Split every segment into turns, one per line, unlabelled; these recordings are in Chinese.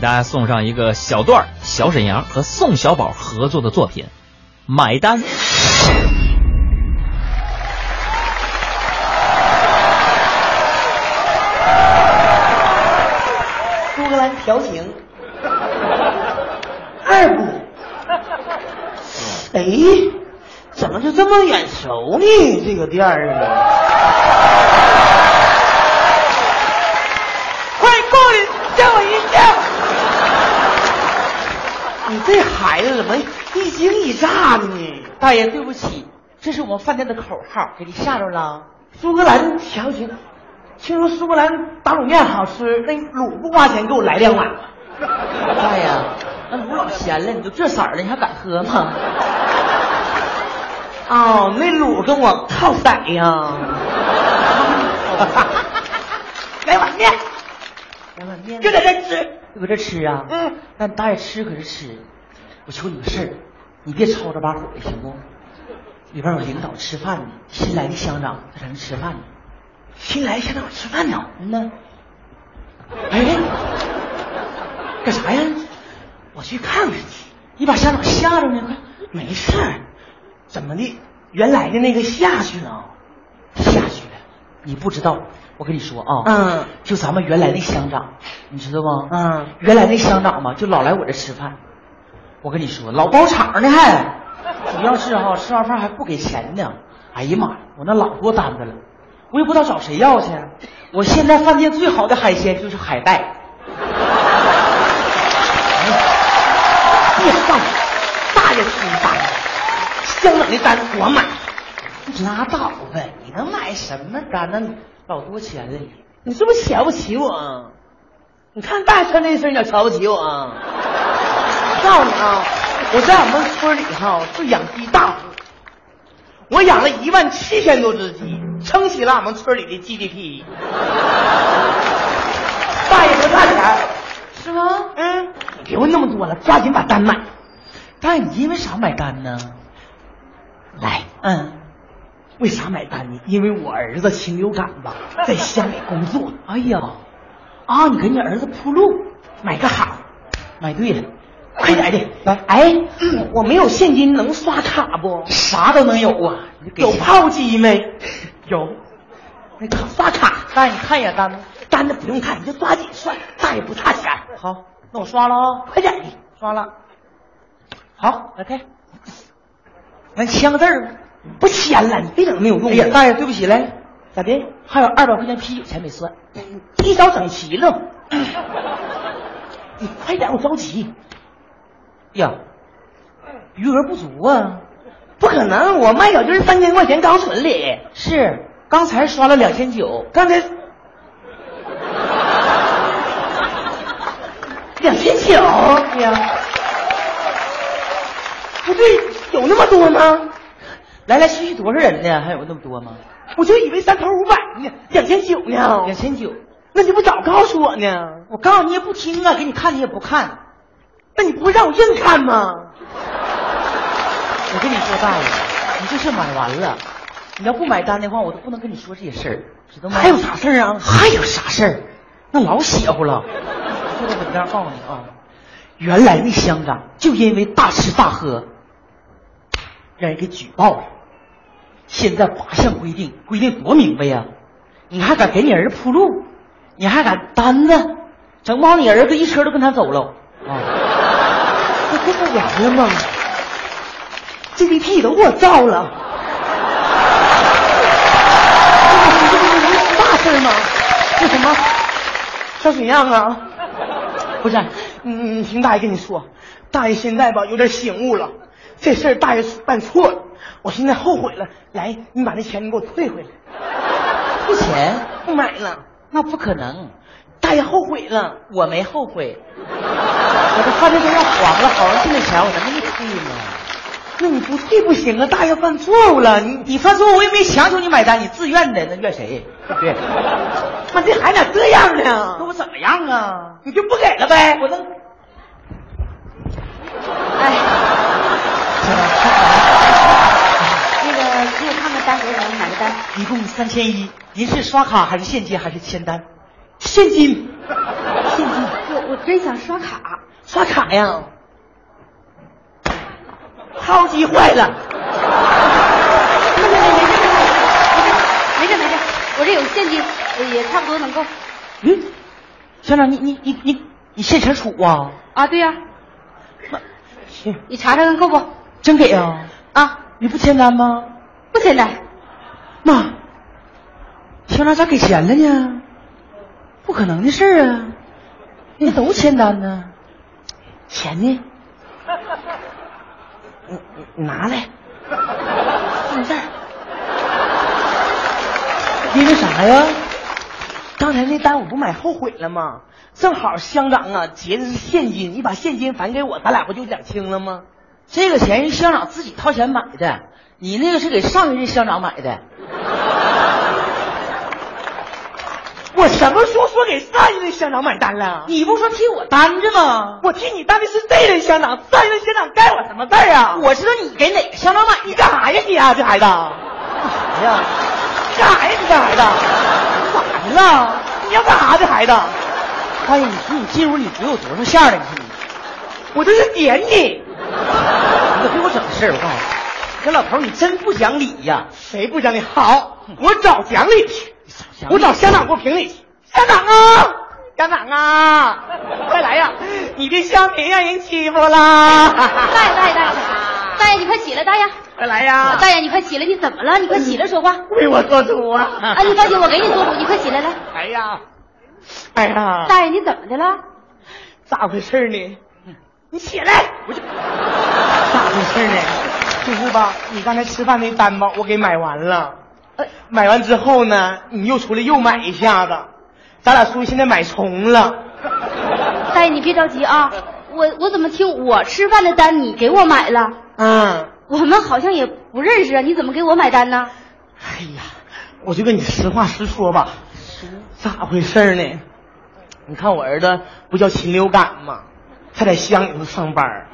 大家送上一个小段儿小沈阳和宋小宝合作的作品《买单》。
苏格兰调情， 二姑，哎，怎么就这么眼熟呢？这个店儿 啊，快过来吓我一跳！你这孩子怎么一惊一乍的呢？
大爷，对不起，这是我们饭店的口号，给你吓着了。
苏格兰调情，听说苏格兰打卤面好吃，那卤不花钱，给我来两碗吧。
大爷，哎那卤老咸了，你都这色儿了，你还敢喝 吗？
哦，那卤跟我靠色呀！ 来碗面，
来碗面，
就在这吃。
就搁这吃啊。
嗯，
但大爷吃可是吃，我求你个事儿，你别吵着把火的行不？里边有领导吃饭呢，新来的乡长在咱这吃饭呢。
新来先让我吃饭呢。
嗯呢？哎，干啥呀？
我去看看去。
你把乡长吓着呢，快！
没事儿，怎么的？原来的那个下去了。
下去了，你不知道，我跟你说啊，
嗯
就咱们原来那乡长，你知道吗？
嗯
原来那乡长嘛，就老来我这吃饭，我跟你说，老包场呢还，主要是哈、吃完饭还不给钱呢，哎呀妈呀，我那老多单子了，我也不知道找谁要去，我现在饭店最好的海鲜就是海带。哎
别放，大爷出单，乡长的单我买。
拉倒吧，你能买什么单呢？老多钱了你。
你是不是瞧不起我？啊？你看大爷穿这身，你咋瞧不起我？啊？我告诉你啊，我在我们村里哈是养鸡大户，我养了一万七千多只鸡，撑起了我们村里的 GDP。大爷多大钱儿？
是吗？
嗯，别问那么多了，抓紧把单买。
大爷，你因为啥买单呢？
来，
嗯，
为啥买单呢？因为我儿子禽流感 吧，在乡里工作，
哎呀，啊，你给你儿子铺路，
买个好，
买对了，
快点的。
来
哎，我没有现金，能刷卡不？
啥都能有啊。你就给
有
钱
炮击 没？
有，
那卡刷卡，
大爷你看一眼单子。
单子不用看，你就抓紧算，大爷不差钱儿，
好，那我刷了啊、
快点的。
刷了。好，来开。完签个字儿吧。
不签了，你别整没有用
哎
的。
呀，大爷对不起，来，
咋的？
还有二百块钱啤酒钱没算。
一早整齐了，你快点，我着急。
呀，余额不足啊。
不可能，我卖小鸡儿三千块钱刚存里，
是，刚才刷了两千九。
刚才两千九，
哎呀，
不对，有那么多吗？
来来去去多少人呢？还有那么多吗？
我就以为三头五百呢，两千九呢，
两千九。
那你不早告诉我呢？
我告诉你也不听啊，给你看你也不看。
那你不会让我硬看吗？
我跟你说，大爷，你这事买完了，你要不买单的话，我都不能跟你说这些事儿，知道吗？
还有啥事儿啊？
还有啥事儿？那老邪乎了。我做个文章告诉你啊，原来那乡长就因为大吃大喝，让人给举报了。现在八项规定规定多明白呀、你还敢给你儿子铺路，你还敢单子，整不好你儿子一车都跟他走了。啊，
这不就完了吗？GDP 都给我造了，这不是大事儿吗？那什么，小沈阳啊，不是，嗯，听大爷跟你说，大爷现在吧有点醒悟了，这事儿大爷办错了，我现在后悔了。来，你把那钱你给我退回来，
付钱
不买了。
那不可能。
大爷后悔了，
我没后悔，我这饭店都要黄了，好像进的钱我能给你退吗？
那你不退不行啊，大爷犯错误了，你
你犯错误我也没强求你买单，你自愿的，那怨谁？对不 对？
妈这孩子咋这样呢？
那我怎么样啊？
你就不给了呗？
我能，
哎，
行了看好了
那个给我看看单多少钱，买个单。
一共三千一，您是刷卡还是现金还是签单？
现金，
现金，我我我真想刷卡。
刷卡呀，号机坏 了。
没事没事没事没事没事，我这有现金，呃也差不多能够。
嗯，乡长，你你你你你现钱储啊？
啊，对呀、
天，
你查查看够不？
真给啊？
啊，
你不签单吗？
不简单，
妈，乡长咋给钱了呢？不可能的事儿啊！人家都签单呢，钱呢？
你你你拿来，
没事儿。
因为啥呀？刚才那单我不买后悔了吗？正好乡长啊结的是现金，你把现金返给我，咱俩不就两清了吗？
这个钱是乡长自己掏钱买的，你那个是给上一任乡长买的。
我什么时候说给上一任乡长买单了？
你不说替我担着吗？
我替你担的是这任乡长，上一任乡长该我什么事儿啊？
我知道你给哪个乡长买
你干啥呀你啊，这孩子？
的呀？
你干啥呀你这孩子？
咋的了？
你要干啥这孩子？
哎呀，你说你进屋你得有多少下来？你说
我这是点你，
你，你可给我整事儿！我告诉你，这老头儿你真不讲理呀！
谁不讲理？好，我找讲理去，我找乡长给我评理去。乡长啊，乡长啊，快来呀！你的乡民让人欺负啦！
大爷大爷大爷，大爷你快起来，大爷
快来呀！
大爷你快起来，你怎么了？你快起来说话。
为我做主啊！
啊，你放心，我给你做主，你快起来来。
哎呀，哎呀，
大爷你怎么的了？
咋回事呢？你起来！我就咋回事呢？就是吧，你刚才吃饭那单吧，我给买完了。
呃，
买完之后呢，你又出来又买一下子，咱俩出去现在买重了。
大爷你别着急啊，我我怎么听我吃饭的单你给我买了？
嗯，
我们好像也不认识啊，你怎么给我买单呢？
哎呀，我就跟你实话实说吧，咋回事呢？你看我儿子不叫禽流感吗？他在乡里头上班儿，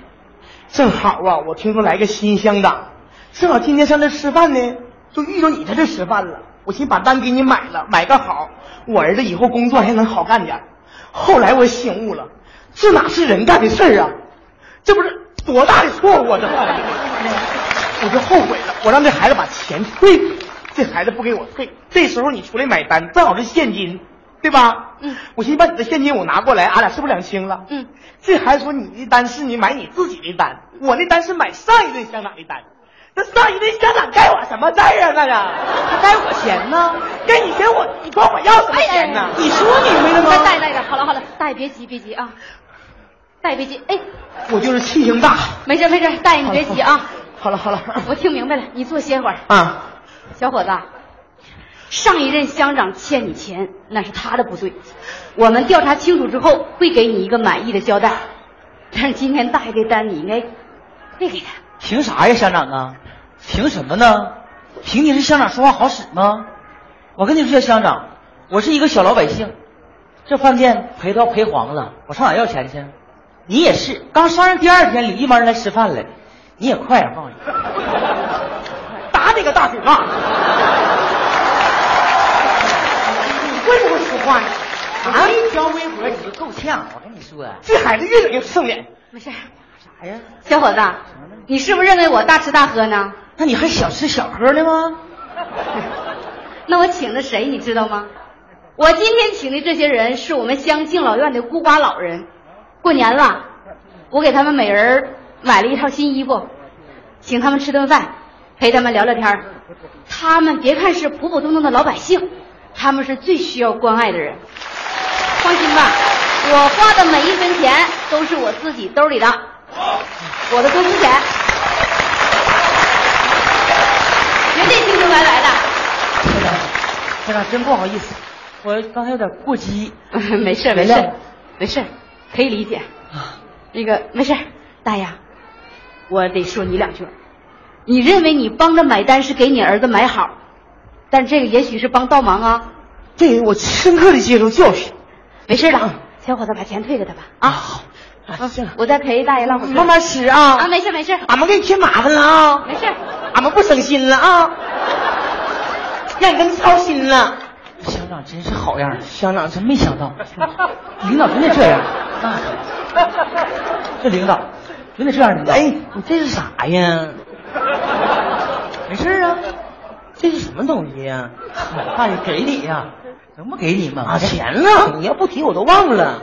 正好啊，我听说来个新乡长，正好今天上这吃饭呢，就遇着你在这吃饭了。我寻思把单给你买了，买个好，我儿子以后工作还能好干点儿。后来我醒悟了，这哪是人干的事儿啊？这不是多大的错误啊！这犯的，我就后悔了，我让这孩子把钱退给我，这孩子不给我退。这时候你出来买单，正好是现金，对吧？
嗯
我寻思把你的现金我拿过来，俺俩是不是两清了？
嗯，
这孩子说你的单是你买你自己的单，我那单是买上一任乡长的单。那上一任乡长该我什么事儿啊？那个
他该我钱呢？
该你给我，你管我要什么钱呢？你说明白了
大大
吗？
爷大爷，好了好了，大爷别急别急啊，大爷别急，哎，
我就是气性大。
没事没事，大爷你别急啊，
好了好了，
我听明白了，你坐歇会儿。
啊。
小伙子，上一任乡长欠你钱，那是他的不对。我们调查清楚之后，会给你一个满意的交代。但是今天大爷这单，你应该别给他。
凭啥呀，乡长啊？凭什么呢？凭你是乡长说话好使吗？我跟你说，乡长，我是一个小老百姓，这饭店赔都要赔黄了，我上哪要钱去？你也是，刚上任第二天，领一帮人来吃饭来，你也快点 放下。
打你个大嘴巴！你会不会说话呢？啊！
一条微博你就够呛，我跟你说，
这孩子越整越顺眼。
没事儿，
啥呀？
小伙子，你是不是认为我大吃大喝呢？
那你还小吃小喝呢吗？
那我请的谁你知道吗？我今天请的这些人是我们乡敬老院的孤寡老人。过年了，我给他们每人儿买了一套新衣服，请他们吃顿饭，陪他们聊聊天儿。他们别看是普普通通的老百姓，他们是最需要关爱的人。放心吧，我花的每一分钱都是我自己兜里的，我的工资钱，绝对清清白白的。
乡长，乡长真不好意思，我刚才有点过激。
没事儿
原
没事
谅
儿，没事儿，可以理解。
啊
那个没事儿，大爷，我得说你两句儿。你认为你帮着买单是给你儿子买好，但这个也许是帮倒忙啊。
这我深刻的接受教训。
没事儿了，
嗯
小伙子把钱退给他吧。
啊，好，啊，行了，
我再陪大爷唠会儿
慢
嗑。
慢吃啊。
啊，没事儿没事儿
俺们给你添麻烦了啊，
没事儿。
俺们不省心了啊，让你更操心了。
乡长真是好样的，
乡长
真没想到，领导真得这样。
这领导，有点这样的领导。
哎，
你这是啥 呀？没事儿啊，这是什么东西哎呀、大爷给你呀、能不给你吗？
啊钱
呢？你要不提我都忘了。